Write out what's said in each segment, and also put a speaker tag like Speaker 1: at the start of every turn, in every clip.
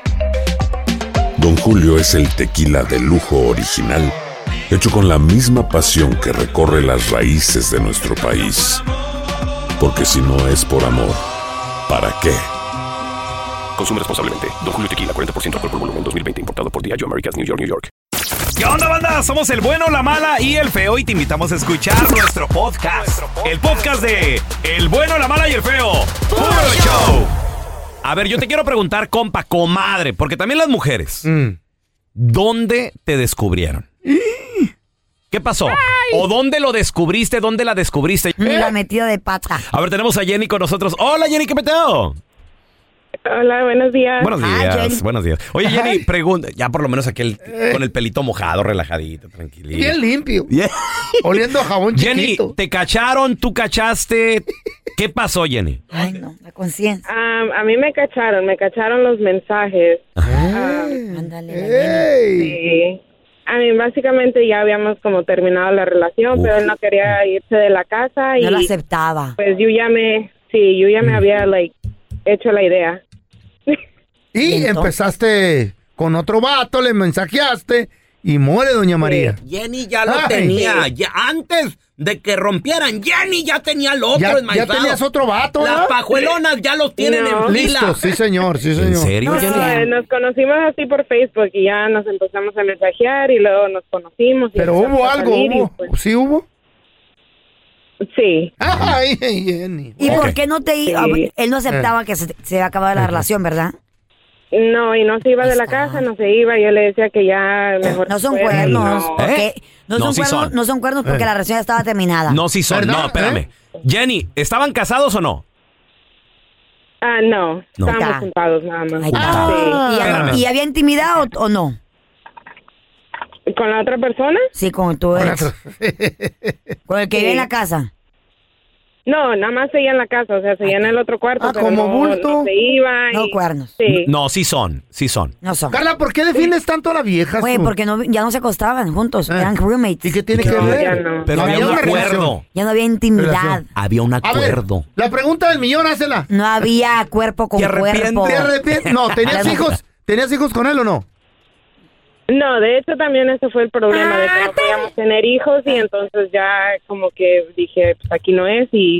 Speaker 1: Don Julio es el tequila de lujo original, hecho con la misma pasión que recorre las raíces de nuestro país. Porque si no es por amor, ¿para qué?
Speaker 2: Consume responsablemente. Don Julio Tequila, 40% alcohol por volumen, 2020. Importado por Diageo Americas, New York, New York.
Speaker 3: ¿Qué onda, banda? Somos el bueno, la mala y el feo y te invitamos a escuchar nuestro podcast. El podcast de El bueno, la mala y el feo. ¡Puro show! A ver, yo te quiero preguntar, compa, comadre, porque también las mujeres. ¿Dónde te descubrieron? ¿Qué pasó? ¿O dónde lo descubriste? ¿Dónde la descubriste?
Speaker 4: La metida de pata.
Speaker 3: A ver, tenemos a Jenny con nosotros. Hola, Jenny, ¿qué peteo?
Speaker 5: Hola, buenos días.
Speaker 3: Buenos días,
Speaker 4: Jenny.
Speaker 3: buenos días. Oye, Jenny, pregunta, ya por lo menos aquel
Speaker 6: Eh.
Speaker 3: con el pelito mojado, relajadito, tranquilito.
Speaker 6: Bien limpio.
Speaker 3: Yeah.
Speaker 6: Oliendo a jabón
Speaker 3: Jenny,
Speaker 6: chiquito.
Speaker 3: te cacharon, tú cachaste. ¿Qué pasó, Jenny?
Speaker 4: Ay, no, la conciencia.
Speaker 5: Am, Um, a mí me cacharon, me cacharon los mensajes.
Speaker 4: Ándale, la nena.
Speaker 6: ¡Ey!
Speaker 5: Sí. A mí básicamente ya habíamos como terminado la relación, pero él no quería irse de la casa y
Speaker 4: No la aceptaba.
Speaker 5: pues yo ya me, sí, yo ya me había like hecho la idea.
Speaker 6: Y
Speaker 4: entonces?
Speaker 6: empezaste con otro vato, le mensajeaste y muere Doña María.
Speaker 7: Jenny ya lo
Speaker 6: Ay.
Speaker 7: tenía. Ya, antes de que rompieran, Jenny ya tenía el otro
Speaker 6: Ya, ya
Speaker 7: enmaizado.
Speaker 6: tenías otro vato,
Speaker 7: Las
Speaker 6: ¿verdad?
Speaker 7: pajuelonas ya los tienen
Speaker 5: No.
Speaker 7: en fila.
Speaker 6: Listo, sí señor, sí
Speaker 3: ¿En
Speaker 6: señor.
Speaker 3: serio?
Speaker 4: No,
Speaker 3: Jenny?
Speaker 4: no,
Speaker 5: Eh, nos conocimos así por Facebook y ya nos empezamos a mensajear y luego nos conocimos. y
Speaker 6: Pero
Speaker 5: empezamos
Speaker 6: hubo
Speaker 5: a
Speaker 6: algo,
Speaker 5: salir y,
Speaker 6: hubo,
Speaker 5: pues,
Speaker 6: sí hubo.
Speaker 5: sí,
Speaker 6: Ay, Jenny.
Speaker 4: ¿Y
Speaker 3: Ok.
Speaker 4: por qué no te i- ah,
Speaker 5: Sí.
Speaker 4: Él no aceptaba que se, se acababa la relación, ¿verdad?
Speaker 5: no, y no se iba de la
Speaker 4: Está.
Speaker 5: casa, no se iba, yo le decía que ya mejor...
Speaker 4: No son
Speaker 5: fuera,
Speaker 4: cuernos.
Speaker 5: no.
Speaker 3: ¿Eh?
Speaker 4: ¿ok? No,
Speaker 3: No,
Speaker 4: son
Speaker 3: sí
Speaker 4: cuernos
Speaker 3: son.
Speaker 4: no son cuernos porque
Speaker 6: Eh.
Speaker 4: la relación ya estaba terminada.
Speaker 3: No, sí son.
Speaker 6: ¿Verdad?
Speaker 3: No, espérame.
Speaker 6: ¿Eh?
Speaker 3: Jenny, ¿estaban casados o no?
Speaker 5: Ah, no,
Speaker 3: No.
Speaker 5: estábamos
Speaker 4: Ya.
Speaker 5: sentados nada más.
Speaker 4: Ahí está.
Speaker 6: Ah.
Speaker 4: ¿Y, ya-
Speaker 3: Espérame.
Speaker 4: y había intimidad o, o no?
Speaker 5: Sí. ¿Con la otra persona?
Speaker 4: Sí, con tu ex. Con el que
Speaker 5: Sí.
Speaker 4: vive en la casa.
Speaker 5: No, nada más seguía en la casa, o sea, seguía en el otro cuarto.
Speaker 6: Ah,
Speaker 5: pero
Speaker 6: como
Speaker 5: no,
Speaker 6: bulto.
Speaker 5: no se iba.
Speaker 4: No
Speaker 5: y-
Speaker 4: cuernos.
Speaker 5: Sí.
Speaker 3: No, sí son, sí son.
Speaker 4: No son.
Speaker 6: Carla, ¿por qué defiendes tanto a la vieja?
Speaker 4: Güey,
Speaker 6: tú?
Speaker 4: porque no, ya no se acostaban juntos.
Speaker 6: Eh.
Speaker 4: Eran roommates.
Speaker 6: ¿Y qué tiene que
Speaker 5: No,
Speaker 6: ver?
Speaker 5: ya no.
Speaker 3: Pero
Speaker 6: No,
Speaker 3: había
Speaker 6: había
Speaker 3: un
Speaker 6: una
Speaker 3: acuerdo.
Speaker 6: relación.
Speaker 4: Ya no había intimidad.
Speaker 6: Relación.
Speaker 3: Había un
Speaker 6: A ver,
Speaker 3: acuerdo.
Speaker 6: la pregunta del millón, hácela.
Speaker 4: No había cuerpo con
Speaker 3: ¿Te arrepientes?
Speaker 4: cuerpo.
Speaker 6: ¿Te arrepientes? No, ¿tenías
Speaker 4: Ahora no.
Speaker 6: hijos? ¿Tenías hijos con él o no?
Speaker 5: No, de hecho también ese fue el problema, de que no podíamos tener hijos y entonces ya como que dije, pues aquí no es y...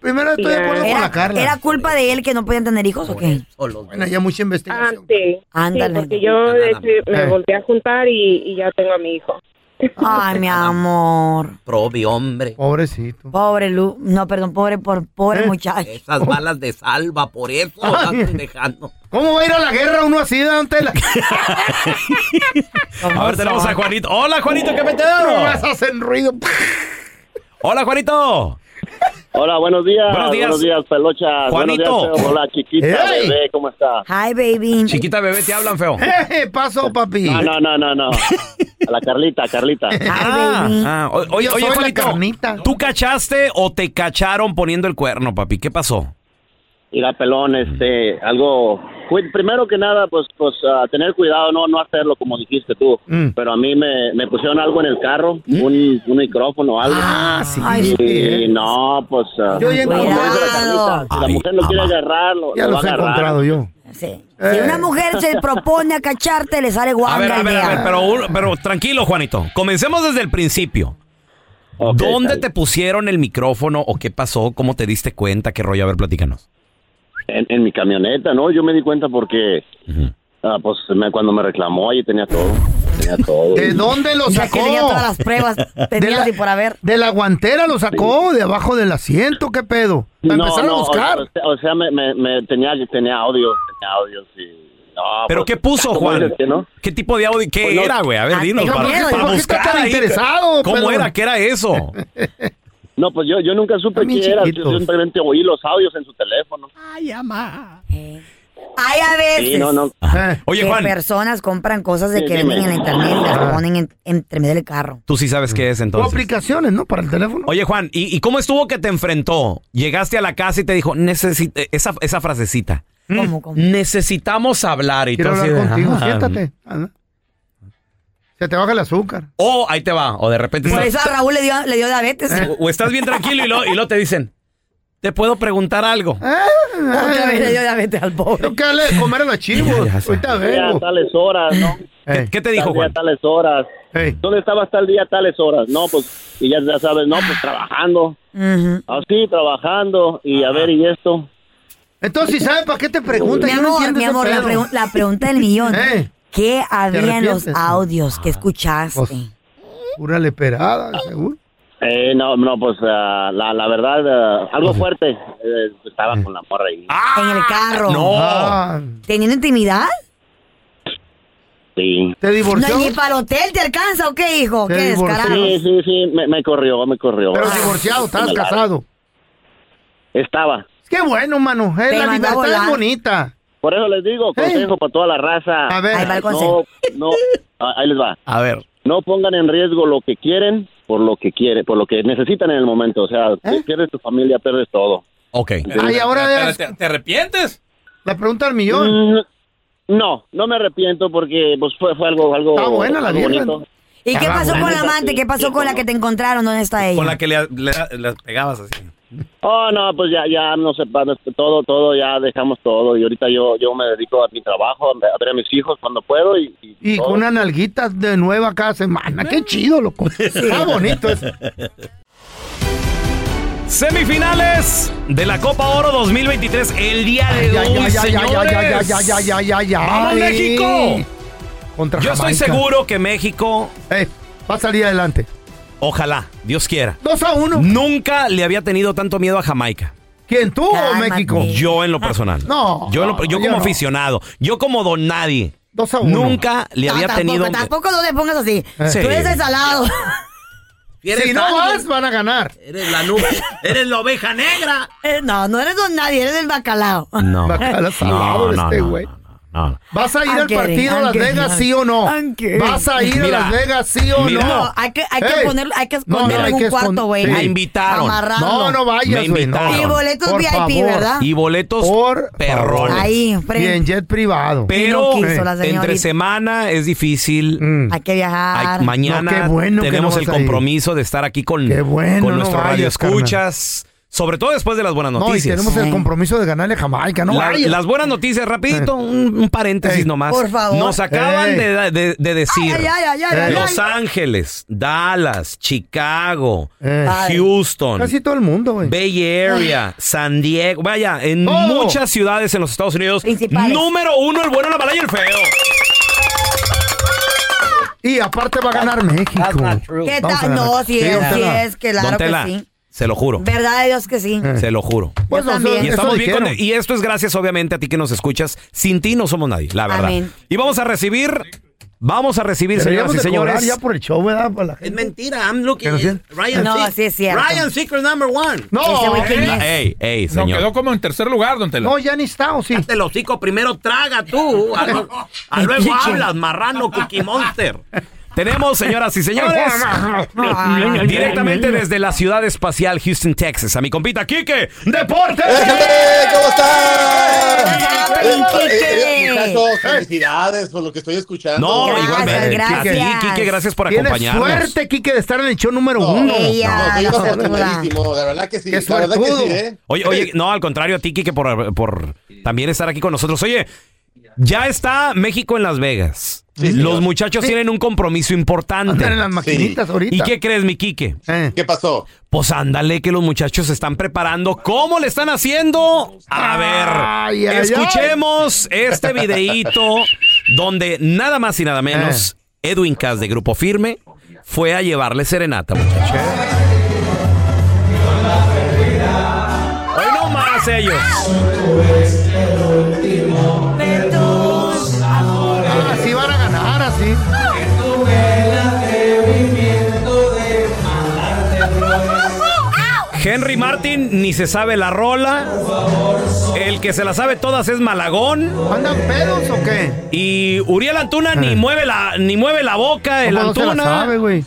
Speaker 6: Primero estoy de
Speaker 5: Ya.
Speaker 6: acuerdo con la
Speaker 4: Era,
Speaker 6: Carla.
Speaker 4: era culpa de él que no podían tener hijos o qué?
Speaker 7: O los-
Speaker 6: Bueno, ya mucha
Speaker 5: Ah,
Speaker 6: investigación.
Speaker 5: sí.
Speaker 4: Ándale.
Speaker 5: Sí, porque yo de hecho me
Speaker 6: Eh.
Speaker 5: volví a juntar y, y ya tengo a mi hijo.
Speaker 4: Ay, mi amor.
Speaker 7: Probi, hombre.
Speaker 6: Pobrecito.
Speaker 4: Pobre Lu. No, perdón, pobre por pobre
Speaker 6: Eh.
Speaker 4: muchacho.
Speaker 7: Esas balas de salva, por eso las están dejando.
Speaker 6: ¿Cómo va a ir a la guerra uno así, Don Tela?
Speaker 3: A ver, tenemos a Juanito. Hola, Juanito, ¿qué
Speaker 6: No
Speaker 3: peteo?
Speaker 6: más hacen ruido.
Speaker 3: Hola, Juanito.
Speaker 8: Hola, buenos días.
Speaker 3: Buenos días.
Speaker 8: Pelocha.
Speaker 3: Juanito.
Speaker 8: Buenos días, Teo. Hola, chiquita,
Speaker 6: Ey.
Speaker 8: bebé, ¿cómo está?
Speaker 4: Hi, baby.
Speaker 3: Chiquita bebé, te hablan feo.
Speaker 6: Eh, Pasó, papi.
Speaker 8: No, no, no, no, no. A la Carlita, Carlita.
Speaker 3: Ah,
Speaker 4: baby.
Speaker 3: ah, o- oye,
Speaker 6: Yo soy
Speaker 3: oye,
Speaker 6: la
Speaker 3: Juanito,
Speaker 6: carnita.
Speaker 3: ¿tú cachaste o te cacharon poniendo el cuerno, papi? ¿Qué pasó?
Speaker 8: Mira, pelón, este, algo... cu- Primero que nada, pues, pues, ah, tener cuidado, no, no hacerlo como dijiste tú.
Speaker 6: Mm.
Speaker 8: Pero a mí me, me pusieron algo en el carro, un, un micrófono o algo.
Speaker 6: Ah, sí.
Speaker 4: Ay, sí.
Speaker 8: y
Speaker 6: eh.
Speaker 8: no, pues... ah,
Speaker 6: Yo ya
Speaker 8: como dice la
Speaker 4: Cuidado.
Speaker 8: Carlita, si la
Speaker 3: Ay,
Speaker 8: mujer lo quiere
Speaker 3: ama.
Speaker 8: agarrar, lo,
Speaker 6: Ah,
Speaker 5: Pues
Speaker 6: Ya
Speaker 8: lo va
Speaker 6: los he
Speaker 8: a agarrar.
Speaker 6: encontrado yo.
Speaker 4: Sí. Si
Speaker 6: Eh.
Speaker 4: una mujer se propone a cacharte, le sale
Speaker 3: A ver,
Speaker 4: guanga
Speaker 3: a
Speaker 4: el
Speaker 3: ver, a ver,
Speaker 4: día.
Speaker 3: pero, un- pero tranquilo, Juanito. Comencemos desde el principio.
Speaker 8: Ok,
Speaker 3: ¿Dónde
Speaker 8: Carla.
Speaker 3: te pusieron el micrófono o qué pasó? ¿Cómo te diste cuenta? ¿Qué rollo? A ver, platícanos.
Speaker 8: En, en mi camioneta, ¿no? Yo me di cuenta porque...
Speaker 3: Ujú.
Speaker 5: Ah, pues me- cuando me reclamó, ahí tenía todo. Tenía todo.
Speaker 6: ¿De dónde lo
Speaker 4: O sea,
Speaker 6: sacó?
Speaker 4: que tenía todas las pruebas, tenía así por haber.
Speaker 6: ¿De la guantera lo sacó? ¿De abajo del asiento? ¿Qué pedo? Para
Speaker 5: No,
Speaker 6: empezar
Speaker 5: no,
Speaker 6: a
Speaker 5: o-
Speaker 6: buscar.
Speaker 5: O, sea- o sea, me, me, me tenía, tenía audios, tenía audios y... no,
Speaker 3: ¿Pero
Speaker 5: pues,
Speaker 3: qué puso,
Speaker 5: ¿cómo
Speaker 3: Juan?
Speaker 5: dices que no?
Speaker 3: ¿Qué tipo de audio? ¿Qué
Speaker 5: Pues no-
Speaker 3: era, güey? A ver,
Speaker 4: Ah,
Speaker 3: dinos.
Speaker 4: tengo
Speaker 3: Para,
Speaker 4: miedo,
Speaker 3: para
Speaker 4: ¿por qué
Speaker 6: está
Speaker 3: buscar
Speaker 6: tan
Speaker 3: ahí.
Speaker 6: interesado,
Speaker 3: ¿Cómo
Speaker 6: pelón?
Speaker 3: era? ¿Qué era eso?
Speaker 5: No, pues yo, yo nunca supe
Speaker 6: También
Speaker 5: qué era. Yo
Speaker 6: chiquitos.
Speaker 5: simplemente oí los audios en su teléfono.
Speaker 4: Hay a veces
Speaker 5: Sí, no, no.
Speaker 6: Eh,
Speaker 3: Oye,
Speaker 4: que
Speaker 3: Juan,
Speaker 4: personas compran cosas de
Speaker 5: Sí,
Speaker 4: que
Speaker 5: dime.
Speaker 4: venden en la internet y las ponen en, entre medio del carro.
Speaker 3: tú sí sabes qué es
Speaker 6: o
Speaker 3: entonces.
Speaker 6: aplicaciones, ¿no? Para el teléfono.
Speaker 3: Oye, Juan, ¿y, y cómo estuvo que te enfrentó? Llegaste a la casa y te dijo, "Necesit- eh, esa, esa frasecita.
Speaker 4: ¿Cómo, cómo?
Speaker 3: Mm. Necesitamos hablar. Y
Speaker 6: Quiero
Speaker 3: tú así
Speaker 6: hablar
Speaker 3: de,
Speaker 6: contigo,
Speaker 3: "Ah". mm.
Speaker 6: siéntate. Anda. Se te baja el azúcar.
Speaker 3: O ahí te va, o de repente...
Speaker 4: Por
Speaker 6: Pues
Speaker 3: estás-
Speaker 4: eso a Raúl le dio, le dio diabetes.
Speaker 3: o- O estás bien tranquilo y lo, y lo te dicen, ¿te puedo preguntar algo?
Speaker 4: Otra vez le
Speaker 6: Eh.
Speaker 4: dio diabetes al pobre.
Speaker 6: Tengo que darle de comer a los chivos.
Speaker 3: Ya, ya sé.
Speaker 6: Ahorita
Speaker 5: Ya
Speaker 6: vengo.
Speaker 5: a tales horas, ¿no?
Speaker 3: ¿Qué,
Speaker 6: Ey,
Speaker 3: qué te
Speaker 5: Tal
Speaker 3: dijo,
Speaker 5: día,
Speaker 3: Juan?
Speaker 5: tales horas.
Speaker 6: ey.
Speaker 5: ¿Dónde estabas tal día, tales horas? No, pues, y ya, ya sabes, no, pues trabajando.
Speaker 4: Ujú.
Speaker 5: Así, trabajando. Y a ver, y esto.
Speaker 6: Entonces, ¿sí ¿sabes para qué te preguntan?
Speaker 4: Mi
Speaker 6: Yo no
Speaker 4: amor,
Speaker 6: entiendo
Speaker 4: mi
Speaker 6: ese
Speaker 4: amor, la,
Speaker 6: pedo.
Speaker 4: pregun- la pregunta del millón.
Speaker 6: Eh.
Speaker 4: ¿Qué había en los
Speaker 6: arrepientes?
Speaker 4: audios que escuchaste?
Speaker 6: Pues, Pura leperada, seguro.
Speaker 5: Eh, no, no, pues ah, la, la verdad, ah, algo fuerte. Eh, estaba con la morra ahí.
Speaker 3: Ah,
Speaker 4: en el carro.
Speaker 3: No.
Speaker 6: Ah,
Speaker 4: ¿Teniendo intimidad?
Speaker 5: Sí.
Speaker 6: ¿Te divorció?
Speaker 4: No, ni para el hotel te alcanza o qué, hijo.
Speaker 6: Te
Speaker 4: Qué
Speaker 6: divorció.
Speaker 4: descarado.
Speaker 5: Sí, sí, sí, me, me corrió, me corrió.
Speaker 6: Pero
Speaker 5: Ah,
Speaker 6: divorciado, estabas
Speaker 5: me la-
Speaker 6: casado.
Speaker 5: Estaba.
Speaker 6: Qué bueno, mano. eh,
Speaker 4: Te
Speaker 6: la
Speaker 4: mandó a
Speaker 6: libertad es
Speaker 4: volar.
Speaker 6: bonita. eh.
Speaker 5: Por eso les digo,
Speaker 3: Pues
Speaker 5: consejo para toda la raza.
Speaker 6: A ver.
Speaker 4: Ahí va el
Speaker 5: No,
Speaker 4: consejo.
Speaker 5: no, ah, ahí les va.
Speaker 3: A ver.
Speaker 5: No pongan en riesgo lo que quieren por lo que quieren, por lo que necesitan en el momento. O sea,
Speaker 6: ¿Eh?
Speaker 5: pierdes tu familia, pierdes todo.
Speaker 3: Ok.
Speaker 6: Ay, ahora verás
Speaker 3: arrepientes?
Speaker 6: la pregunta del millón.
Speaker 5: Mm, No, no me arrepiento porque pues fue, fue algo, algo,
Speaker 6: Está buena la
Speaker 5: algo
Speaker 6: vieja.
Speaker 5: bonito.
Speaker 4: ¿Y qué
Speaker 6: Ah,
Speaker 4: pasó
Speaker 6: bueno.
Speaker 4: con la amante? ¿Qué pasó con la que te encontraron? ¿Dónde está
Speaker 3: Con la
Speaker 4: ella?
Speaker 3: que le, le- le pegabas así.
Speaker 5: Oh, no, pues ya, ya nos separamos, todo, todo, ya dejamos todo. Y ahorita yo, yo me dedico a mi trabajo, a ver a mis hijos cuando puedo y, y
Speaker 6: Y
Speaker 5: todo.
Speaker 6: con una nalguita de nueva cada semana. Qué chido, loco. Está bonito eso.
Speaker 3: Semifinales de la Copa Oro 2023 el día de
Speaker 6: Ya,
Speaker 3: hoy,
Speaker 6: ya, ya, ya,
Speaker 3: señores.
Speaker 6: ya, ya, ya, ya, ya, ya, ya.
Speaker 3: ¡Vamos,
Speaker 6: Ay.
Speaker 3: México!
Speaker 6: Contra
Speaker 3: Yo estoy
Speaker 6: Jamaica.
Speaker 3: seguro que México,
Speaker 6: Eh, va a salir adelante.
Speaker 3: ojalá, Dios quiera,
Speaker 6: Dos a uno.
Speaker 3: nunca le había tenido tanto miedo a Jamaica.
Speaker 6: ¿Quién tú o
Speaker 4: Cálmate.
Speaker 6: México?
Speaker 3: Yo en lo personal.
Speaker 6: No,
Speaker 3: Yo, en lo- yo
Speaker 6: no, yo
Speaker 3: como
Speaker 6: no.
Speaker 3: aficionado. Yo como don nadie.
Speaker 6: Dos a uno.
Speaker 3: Nunca le
Speaker 4: No,
Speaker 3: había
Speaker 4: tampoco,
Speaker 3: tenido...
Speaker 4: Tampoco no te pongas
Speaker 6: Eh.
Speaker 4: así.
Speaker 3: Sí.
Speaker 4: Tú eres ensalado.
Speaker 6: Si no vas, van a ganar.
Speaker 9: Eres la nube, eres la oveja negra.
Speaker 4: Eh, No, no eres don nadie, eres el bacalao.
Speaker 3: No.
Speaker 6: Bacala
Speaker 3: No,
Speaker 6: salado
Speaker 3: no,
Speaker 6: este
Speaker 3: no,
Speaker 6: güey.
Speaker 3: no, no, no.
Speaker 6: ¿Vas a ir
Speaker 4: I'm
Speaker 6: al
Speaker 4: kidding,
Speaker 6: partido a
Speaker 4: I'm
Speaker 6: Las
Speaker 4: kidding,
Speaker 6: Vegas,
Speaker 4: I'm-
Speaker 6: sí o no?
Speaker 4: I'm kidding.
Speaker 6: ¿Vas a ir
Speaker 3: Mira,
Speaker 6: a Las Vegas, sí o
Speaker 3: mira.
Speaker 6: no?
Speaker 4: No, hay que, hay que
Speaker 6: Ey.
Speaker 4: ponerlo, hay que
Speaker 6: No, no,
Speaker 4: esconderlo
Speaker 6: hay
Speaker 4: en
Speaker 6: que
Speaker 4: un cuarto,
Speaker 6: escon-
Speaker 4: güey.
Speaker 6: sí.
Speaker 3: Me invitaron.
Speaker 4: Amarrarlo.
Speaker 6: No, no vayas,
Speaker 3: Me
Speaker 6: güey. No.
Speaker 3: invitaron.
Speaker 4: Y boletos
Speaker 6: Por
Speaker 4: VIP,
Speaker 6: favor.
Speaker 4: ¿verdad?
Speaker 3: Y boletos
Speaker 6: Por
Speaker 3: perrones.
Speaker 6: favor.
Speaker 4: Ahí,
Speaker 6: Y en
Speaker 4: frente.
Speaker 6: jet privado.
Speaker 3: Pero
Speaker 4: Y no quiso la
Speaker 3: entre
Speaker 4: señorita.
Speaker 3: semana es difícil.
Speaker 6: Mm.
Speaker 4: Hay que
Speaker 3: Ay,
Speaker 4: viajar.
Speaker 3: mañana
Speaker 6: No, qué bueno que
Speaker 3: tenemos
Speaker 6: no
Speaker 3: el
Speaker 6: vas a ir.
Speaker 3: compromiso de estar aquí con,
Speaker 6: Qué bueno,
Speaker 3: con
Speaker 6: no
Speaker 3: nuestro
Speaker 6: vayas,
Speaker 3: radio escuchas. Sobre todo después de las buenas
Speaker 6: No, y
Speaker 3: noticias.
Speaker 6: tenemos el
Speaker 4: Sí.
Speaker 6: compromiso de ganarle a Jamaica. No
Speaker 3: La-
Speaker 6: vayas.
Speaker 3: las buenas noticias, rapidito, un, un paréntesis
Speaker 6: Ey.
Speaker 3: nomás.
Speaker 4: Por favor.
Speaker 3: Nos acaban
Speaker 6: Ey.
Speaker 3: de, de- de decir
Speaker 4: Ay, ay, ay, ay, ay,
Speaker 3: Los
Speaker 4: ay.
Speaker 3: Ángeles, Dallas, Chicago,
Speaker 6: Eh.
Speaker 4: Ay.
Speaker 3: Houston,
Speaker 6: Casi todo el mundo, güey.
Speaker 3: Bay Area, San Diego, vaya, en
Speaker 6: Todo.
Speaker 3: muchas ciudades en los Estados Unidos.
Speaker 4: Principales.
Speaker 3: Número uno, el bueno, la mala y el feo.
Speaker 6: Y aparte va a ganar México.
Speaker 4: ¿Qué
Speaker 6: Vamos a
Speaker 4: tal?
Speaker 6: ganar.
Speaker 4: No,
Speaker 6: Sí,
Speaker 4: sí es,
Speaker 6: don
Speaker 4: sí
Speaker 6: Tela.
Speaker 4: es, que claro
Speaker 3: Don
Speaker 4: que
Speaker 3: Tela,
Speaker 4: sí.
Speaker 3: se lo juro,
Speaker 4: Verdad de Dios que sí.
Speaker 3: se lo juro.
Speaker 6: Pues,
Speaker 4: Yo
Speaker 6: o sea,
Speaker 4: también.
Speaker 3: Y
Speaker 6: eso
Speaker 3: estamos bien
Speaker 6: dijeron.
Speaker 3: con- y esto es gracias obviamente a ti que nos escuchas. Sin ti no somos nadie, la verdad.
Speaker 4: Amén.
Speaker 3: Y vamos a recibir, vamos a recibir, señoras
Speaker 6: Deberíamos
Speaker 3: y
Speaker 6: de cobrar
Speaker 3: señores.
Speaker 6: ya por el show, ¿verdad? Para la
Speaker 9: Es
Speaker 6: gente.
Speaker 9: mentira, I'm looking.
Speaker 6: Pero sí.
Speaker 9: Ryan
Speaker 4: No,
Speaker 9: Seac-
Speaker 4: sí es cierto.
Speaker 9: Ryan Secret number one.
Speaker 4: Ese
Speaker 6: No, eh,
Speaker 4: güey quién
Speaker 3: La-
Speaker 4: es.
Speaker 3: Ey, ey, señor.
Speaker 10: como en tercer lugar, don Tela.
Speaker 6: no, ya ni está, ¿o sí?
Speaker 9: Te los hocico, primero traga tú. A, lo- a luego hablas, marrano, cookie monster.
Speaker 3: Tenemos, señoras y señores, directamente desde la ciudad espacial Houston, Texas, a mi compita Quique Deportes.
Speaker 7: ¿Cómo están?
Speaker 4: Ay, Quique.
Speaker 7: Eh, muchachos, Felicidades por lo que estoy escuchando.
Speaker 3: No,
Speaker 4: Gracias,
Speaker 3: igualmente.
Speaker 4: gracias.
Speaker 3: A ti, Quique, gracias por
Speaker 6: Tienes
Speaker 3: acompañarnos.
Speaker 6: suerte, Kike, de estar en el show número
Speaker 7: No,
Speaker 6: uno.
Speaker 4: Ella,
Speaker 7: no, soy
Speaker 4: la
Speaker 7: afortunadísimo, de verdad que sí.
Speaker 6: Qué
Speaker 7: la verdad que
Speaker 6: suertudo.
Speaker 7: sí, ¿eh?
Speaker 3: Oye, oye, no, al contrario, a ti, Quique, por, por también estar aquí con nosotros. Oye, ya está México en Las Vegas. Los muchachos tienen un compromiso importante.
Speaker 6: Andan en las maquinitas ahorita.
Speaker 3: ¿Y qué crees, mi Quique?
Speaker 6: Eh.
Speaker 7: ¿Qué pasó?
Speaker 3: Pues ándale, que los muchachos se están preparando. ¿Cómo le están haciendo? A ver,
Speaker 6: Ay, ay, ay.
Speaker 3: escuchemos este videíto donde nada más y nada menos
Speaker 6: Eh.
Speaker 3: Edwin Cass de Grupo Firme fue a llevarle serenata, muchachos. Hoy no más ellos.
Speaker 6: Así van a ganar, así.
Speaker 3: Henry Martin ni se sabe la rola. El que se la sabe todas es Malagón.
Speaker 6: ¿Andan pedos o qué?
Speaker 3: Y Uriel Antuna
Speaker 6: Eh.
Speaker 3: ni mueve la ni mueve Eh, la boca el
Speaker 6: ¿Cómo no se la
Speaker 3: Antuna.
Speaker 6: sabe, Eh. güey?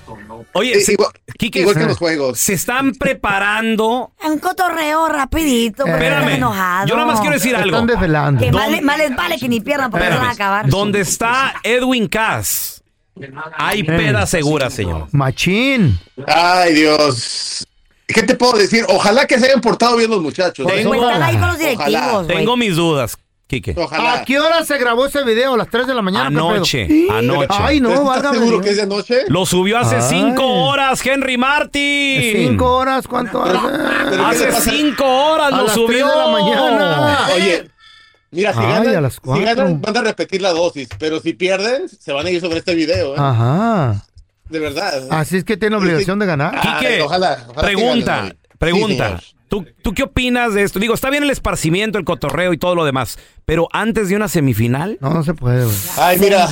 Speaker 3: Oye,
Speaker 6: I-
Speaker 3: se,
Speaker 6: igual-
Speaker 3: Quique,
Speaker 6: igual que en
Speaker 3: se-
Speaker 6: los
Speaker 3: Se están preparando.
Speaker 4: Un cotorreo rapidito,
Speaker 6: Eh.
Speaker 4: porque
Speaker 3: Espérame,
Speaker 4: están enojados.
Speaker 3: yo nada más quiero decir
Speaker 4: Que
Speaker 3: algo.
Speaker 4: Que
Speaker 3: ¿Dónde-
Speaker 4: más le- más les vale que ni pierdan porque van a acabar.
Speaker 3: Donde está Edwin Cass,
Speaker 6: Eh.
Speaker 3: hay peda segura, señor.
Speaker 6: Machín.
Speaker 7: Ay, Dios. ¿Qué te puedo decir? Ojalá que se hayan portado bien los muchachos.
Speaker 4: Pues
Speaker 7: ¿eh? Ojalá.
Speaker 3: Tengo mis dudas, Quique.
Speaker 6: ¿A qué hora se grabó ese video? ¿A las 3 de la mañana?
Speaker 3: Anoche,
Speaker 6: ¿Qué pedo?
Speaker 3: anoche.
Speaker 6: Ay, no, válgame Dios.
Speaker 7: de noche?
Speaker 3: Lo subió hace
Speaker 6: Ay.
Speaker 3: cinco horas, Henry Martin.
Speaker 6: ¿Cinco horas? ¿Cuánto hace?
Speaker 3: Hace cinco horas
Speaker 6: A
Speaker 3: lo
Speaker 6: las
Speaker 3: subió.
Speaker 6: tres de la mañana.
Speaker 7: Oye,
Speaker 5: Ah,
Speaker 7: mira, si,
Speaker 6: Ay,
Speaker 7: ganan,
Speaker 6: a las
Speaker 7: si
Speaker 6: cuatro.
Speaker 7: ganan, van a repetir la dosis, pero si pierden, se van a ir sobre este video, ¿eh?
Speaker 6: Ajá.
Speaker 7: De verdad. ¿eh?
Speaker 6: Así es que tiene obligación de ganar.
Speaker 3: Quique,
Speaker 7: Ay, ojalá- Ah, ojalá que
Speaker 3: pregunta,
Speaker 7: ganen hoy.
Speaker 3: pregunta. ¿Tú, ¿Tú qué opinas de esto? Digo, está bien el esparcimiento, el cotorreo y todo lo demás, pero antes de una semifinal.
Speaker 6: No, no se puede, güey.
Speaker 7: Ay, mira,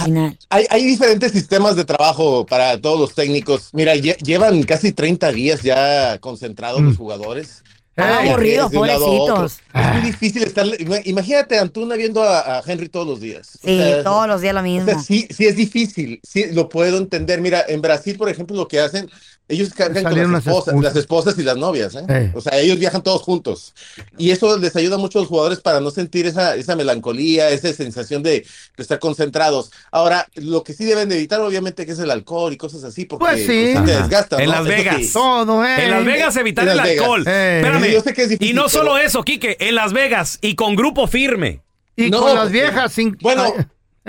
Speaker 7: hay, hay diferentes sistemas de trabajo para todos los técnicos. Mira, lle- llevan casi 30 días ya concentrados los jugadores.
Speaker 4: Ah,
Speaker 7: Viajes
Speaker 4: aburridos,
Speaker 7: de un lado a otro.
Speaker 4: pobrecitos.
Speaker 7: Es muy difícil estar. ima- Imagínate a Antuna viendo a, a Henry todos los días. O
Speaker 4: Sí,
Speaker 7: sea,
Speaker 4: todos los días lo mismo.
Speaker 7: o sea, sí, sí es difícil, sí lo puedo entender. Mira, en Brasil, por ejemplo, lo que hacen, ellos cargan
Speaker 6: Salieron
Speaker 7: con las
Speaker 6: las
Speaker 7: esposas,
Speaker 6: esposas.
Speaker 7: las esposas y las novias, ¿eh?
Speaker 6: Eh.
Speaker 7: O sea, ellos viajan todos juntos. Y eso les ayuda mucho a los jugadores para no sentir esa, esa melancolía, esa sensación de, de estar concentrados. Ahora, lo que sí deben de evitar, obviamente, que es el alcohol y cosas así, porque
Speaker 6: Pues sí.
Speaker 7: te
Speaker 6: Ajá.
Speaker 7: desgastan.
Speaker 3: En
Speaker 7: ¿no?
Speaker 3: Las
Speaker 7: Es lo
Speaker 3: Vegas.
Speaker 7: que-
Speaker 6: Todo, eh.
Speaker 3: En Las Vegas evitar
Speaker 7: En
Speaker 3: el
Speaker 7: Las Vegas.
Speaker 3: alcohol.
Speaker 7: Eh.
Speaker 3: Espérame.
Speaker 7: Yo sé que es
Speaker 3: y
Speaker 7: difícil,
Speaker 3: no solo
Speaker 7: pero-
Speaker 3: eso, Quique, en Las Vegas y con grupo firme.
Speaker 6: Y
Speaker 7: No,
Speaker 6: con las viejas, sin...
Speaker 7: Bueno,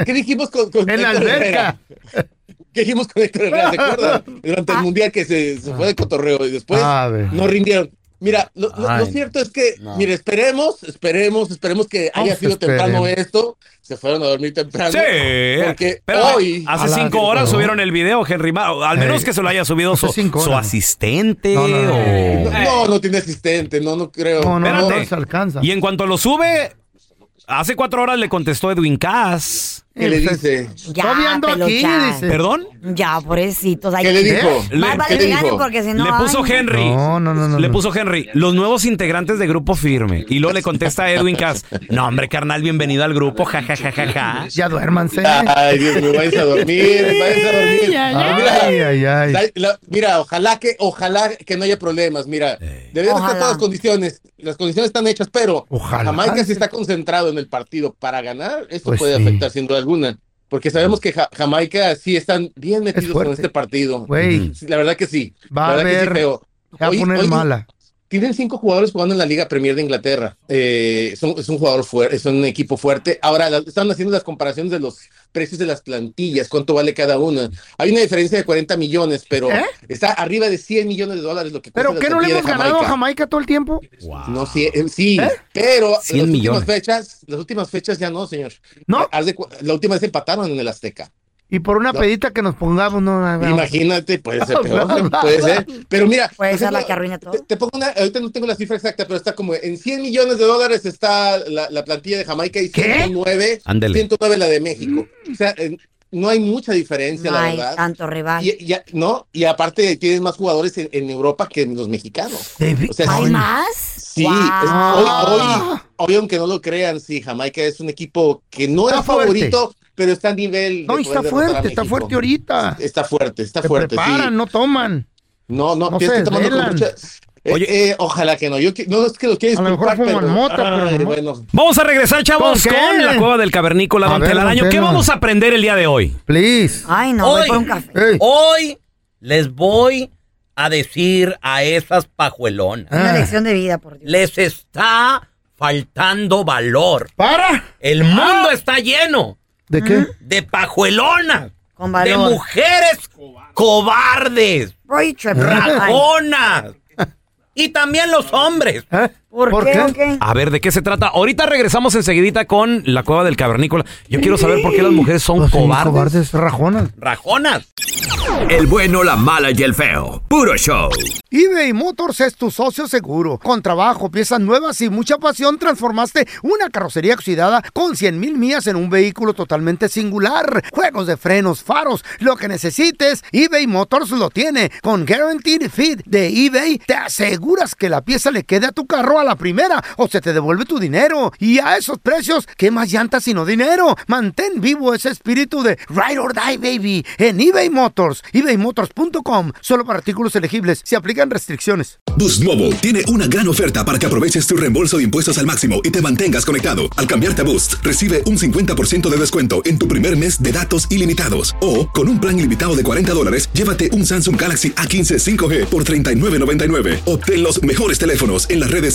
Speaker 7: ¿qué dijimos con, con
Speaker 6: En la
Speaker 7: Héctor
Speaker 6: alberca.
Speaker 7: Herrera? ¿Qué dijimos con Héctor Herrera? ¿Se acuerdan? Durante el mundial que se, se fue de cotorreo y después
Speaker 6: Ah. A ver.
Speaker 7: no rindieron. Mira, lo, lo- lo
Speaker 6: Ay,
Speaker 7: cierto es que,
Speaker 6: no.
Speaker 7: mire, esperemos, esperemos, esperemos que
Speaker 6: Vamos,
Speaker 7: haya sido temprano
Speaker 6: esperemos.
Speaker 7: esto. Se fueron a dormir temprano.
Speaker 3: Sí.
Speaker 7: Porque
Speaker 3: Pero
Speaker 6: eh,
Speaker 7: hoy.
Speaker 3: hace cinco horas subieron el video, Henry. Ma- Al
Speaker 7: Eh,
Speaker 3: menos que se lo haya subido su, su asistente. o-
Speaker 7: No, no tiene asistente, no, no creo.
Speaker 6: No, no, no,
Speaker 3: Espérate.
Speaker 6: no se alcanza.
Speaker 3: Y en cuanto lo sube, hace cuatro horas le contestó Edwin Cass.
Speaker 7: ¿Qué le dice?
Speaker 4: Ya,
Speaker 6: Todavía ando aquí,
Speaker 4: peluchas.
Speaker 6: dice.
Speaker 3: ¿Perdón?
Speaker 4: Ya, pobrecitos. Ay,
Speaker 7: ¿Qué le dijo?
Speaker 4: Más
Speaker 3: Le-
Speaker 4: vale
Speaker 3: ¿qué
Speaker 4: que
Speaker 3: le
Speaker 4: ganen
Speaker 3: dijo?
Speaker 4: porque si no.
Speaker 3: le puso
Speaker 4: ay,
Speaker 3: Henry.
Speaker 6: No, no, no, no,
Speaker 3: Le
Speaker 6: no.
Speaker 3: puso Henry. Los nuevos integrantes de Grupo Firme. Y luego le contesta a Edwin Cass. No, hombre, carnal, bienvenido al grupo. Ja, ja, ja, ja, ja.
Speaker 6: Ya duérmanse.
Speaker 7: Ay, Dios mío, váyanse a dormir, váyanse a dormir. Mira,
Speaker 6: Ay, ay, ay.
Speaker 7: La- la- mira, ojalá que, ojalá que no haya problemas. Mira,
Speaker 6: Eh.
Speaker 7: deben
Speaker 4: Ojalá.
Speaker 7: estar todas las condiciones. Las condiciones están hechas, pero
Speaker 6: Ojalá.
Speaker 7: Jamaica se está concentrado en el partido para ganar. Eso
Speaker 6: Pues
Speaker 7: puede
Speaker 6: sí.
Speaker 7: afectar sin duda alguna. Porque sabemos que Ja- Jamaica sí están bien metidos
Speaker 6: fuerte.
Speaker 7: en este partido.
Speaker 6: Güey.
Speaker 7: Sí, La verdad que sí.
Speaker 6: Va
Speaker 7: La
Speaker 6: a
Speaker 7: verdad que sí,
Speaker 6: haber-
Speaker 7: feo.
Speaker 6: se va a
Speaker 7: Hoy-
Speaker 6: poner
Speaker 7: hoy-
Speaker 6: mala.
Speaker 7: tienen cinco jugadores jugando en la Liga Premier de Inglaterra. Eh, son, es un jugador fuerte, es un equipo fuerte. Ahora la- están haciendo las comparaciones de los precios de las plantillas, cuánto vale cada una. Hay una diferencia de 40 millones, pero
Speaker 6: ¿Eh?
Speaker 7: está arriba de 100 millones de dólares lo que cuesta
Speaker 6: ¿Pero
Speaker 7: la
Speaker 6: qué no le
Speaker 7: plantilla
Speaker 6: hemos
Speaker 7: de
Speaker 6: ganado a Jamaica todo el tiempo?
Speaker 7: No, sí, eh, sí pero las
Speaker 3: 100
Speaker 7: últimas
Speaker 3: millones.
Speaker 7: fechas, las últimas fechas ya no, señor. Eh,
Speaker 6: ¿No?
Speaker 7: Haz de cu- La última vez empataron en el Azteca.
Speaker 6: Y por una
Speaker 7: No.
Speaker 6: pedita que nos pongamos, no. no, Ah, no.
Speaker 7: Imagínate, puede ser peor, puede ser. Pero mira,
Speaker 4: Puede
Speaker 7: por
Speaker 4: ser Pues, la
Speaker 7: ejemplo,
Speaker 4: que arruina todo.
Speaker 7: te, te pongo una, ahorita no tengo la cifra exacta, pero está como en 100 millones de dólares está la, la plantilla de Jamaica y 109,
Speaker 3: Ándele.
Speaker 7: 109 la de México. O sea, en- no hay mucha diferencia,
Speaker 4: No
Speaker 7: la
Speaker 4: hay
Speaker 7: verdad.
Speaker 4: tanto rival.
Speaker 7: Y, y a- no, y aparte tienen más jugadores en, en Europa que los mexicanos.
Speaker 6: De vi-
Speaker 7: O sea,
Speaker 4: ¿Hay
Speaker 7: sí,
Speaker 4: más?
Speaker 7: sí, es- hoy, hoy, hoy, aunque no lo crean, sí, Jamaica es un equipo que no
Speaker 6: Está
Speaker 7: es
Speaker 6: fuerte.
Speaker 7: favorito, pero está a nivel. de
Speaker 6: No, y
Speaker 7: poder
Speaker 6: está
Speaker 7: derrotar a
Speaker 6: fuerte, está
Speaker 7: México.
Speaker 6: fuerte ahorita.
Speaker 7: Está fuerte, está
Speaker 6: Se
Speaker 7: fuerte. sí.
Speaker 6: preparan, no toman.
Speaker 7: No, no,
Speaker 6: No
Speaker 7: yo estoy
Speaker 6: se
Speaker 7: tomando con
Speaker 6: desvelan.
Speaker 7: mucha- Eh, eh, ojalá que no. Yo qui- no es que lo quieres
Speaker 6: A lo mejor fuman mota, pero no.
Speaker 7: bueno.
Speaker 3: Vamos a regresar, chavos,
Speaker 6: ¿Con qué?
Speaker 3: con la cueva del cavernícola,
Speaker 6: A
Speaker 3: don
Speaker 6: ver,
Speaker 3: Telaraño.
Speaker 6: don
Speaker 3: ¿Qué
Speaker 6: Tela.
Speaker 3: vamos a aprender el día de hoy?
Speaker 6: Please.
Speaker 4: Ay, no, voy
Speaker 11: Hoy,
Speaker 4: por un café.
Speaker 6: Ey.
Speaker 11: hoy les voy a decir a esas pajuelonas.
Speaker 4: Una
Speaker 3: eh.
Speaker 6: Ah.
Speaker 4: lección de vida, por Dios.
Speaker 11: Les está faltando valor.
Speaker 6: ¡Para!
Speaker 11: El
Speaker 6: Ah.
Speaker 11: mundo está lleno
Speaker 6: ¿De qué?
Speaker 11: de pajuelonas,
Speaker 4: Con
Speaker 11: de
Speaker 4: valor.
Speaker 11: mujeres cobardes,
Speaker 4: Roy Trep- Ay.
Speaker 3: Ah, oh.
Speaker 6: ¿Eh?
Speaker 11: raconas. Y también los hombres.
Speaker 4: ¿Por, qué? o qué?
Speaker 3: Ah.
Speaker 12: A ver, ¿de qué se trata? Ahorita regresamos enseguidita con la cueva del cavernícola. Yo quiero saber por qué las mujeres son cobardes.
Speaker 6: cobardes, rajonas.
Speaker 12: Rajonas.
Speaker 13: El bueno, la mala y el feo. Puro show.
Speaker 6: eBay Motors es tu socio seguro. Con trabajo, piezas nuevas y mucha pasión, transformaste una carrocería oxidada con 100 mil millas en un vehículo totalmente singular. Juegos de frenos, faros, lo que necesites, eBay Motors lo tiene. Con Guaranteed Fit de eBay, te aseguras que la pieza le quede a tu carro a la primera o se te devuelve tu dinero. Y a esos precios, ¿qué más llantas sino dinero? Mantén vivo ese espíritu de Ride or Die, baby, en eBay Motors. ebaymotors.com. Solo para artículos elegibles. Se aplican restricciones.
Speaker 1: Boost Mobile tiene una gran oferta para que aproveches tu reembolso de impuestos al máximo y te mantengas conectado. Al cambiarte a Boost, recibe un 50% de descuento en tu primer mes de datos ilimitados. O, con un plan ilimitado de 40 dólares, llévate un Samsung Galaxy A15 5G por $39.99. Obtén los mejores teléfonos en las redes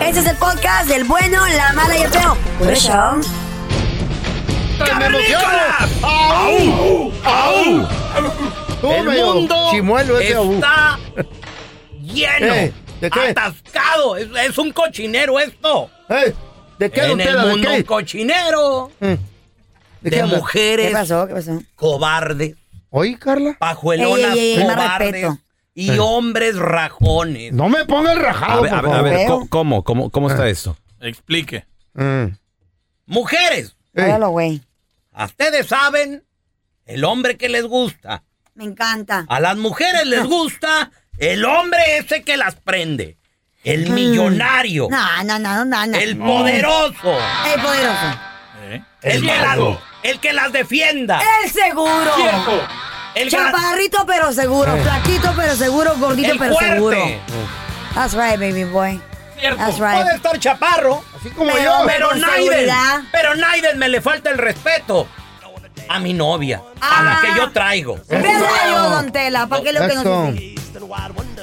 Speaker 4: Este es el podcast del bueno, la mala y el feo. Por eso.
Speaker 6: ¡Au! ¡Au!
Speaker 3: El mundo
Speaker 6: Chimuelo ese au.
Speaker 3: está lleno,
Speaker 6: Eh, ¿de qué?
Speaker 3: atascado. Es, es un cochinero esto.
Speaker 6: ¿De qué,
Speaker 3: En
Speaker 6: don
Speaker 3: el
Speaker 6: Tela, de
Speaker 3: mundo
Speaker 6: qué?
Speaker 3: un cochinero
Speaker 6: ¿De
Speaker 3: de,
Speaker 6: qué habla?
Speaker 3: mujeres
Speaker 6: ¿Qué pasó? ¿Qué pasó?
Speaker 3: cobardes,
Speaker 6: Oye, Carla.
Speaker 3: pajuelonas
Speaker 6: Ey, ey, ey, más
Speaker 3: cobardes
Speaker 6: respeto.
Speaker 3: y
Speaker 6: Eh.
Speaker 3: hombres rajones.
Speaker 6: No me ponga el
Speaker 12: A
Speaker 6: rajado,
Speaker 12: ver, a ver,
Speaker 6: por
Speaker 12: a ver,
Speaker 6: favor.
Speaker 12: co- ¿cómo, cómo, cómo
Speaker 4: Ah.
Speaker 12: está esto?
Speaker 3: Explique.
Speaker 6: Mm.
Speaker 3: Mujeres,
Speaker 4: Hágalo, güey.
Speaker 3: a ustedes saben el hombre que les gusta.
Speaker 4: Me encanta.
Speaker 3: A las mujeres les gusta el hombre ese que las prende. El millonario.
Speaker 4: Mm. No, no, no, no, no.
Speaker 3: El Ah. poderoso.
Speaker 4: El poderoso.
Speaker 3: El, que las,
Speaker 4: mago.
Speaker 3: el que las defienda.
Speaker 4: El seguro.
Speaker 3: Cierto. El gran-
Speaker 4: Chaparrito pero seguro,
Speaker 3: Eh.
Speaker 4: flaquito pero seguro, gordito
Speaker 3: El
Speaker 4: pero
Speaker 3: fuerte. Eh.
Speaker 4: seguro. That's right, baby boy. That's right.
Speaker 3: Puede estar chaparro. Así
Speaker 4: como Pero- yo.
Speaker 3: Pero
Speaker 4: con
Speaker 3: Naiden.
Speaker 4: seguridad.
Speaker 3: Pero Naiden me le falta el respeto. A mi novia. A la que
Speaker 4: Ah.
Speaker 3: yo traigo.
Speaker 4: ¿Verdad yo, Don Tela? ¿Para qué lo que
Speaker 3: Eso.
Speaker 4: nos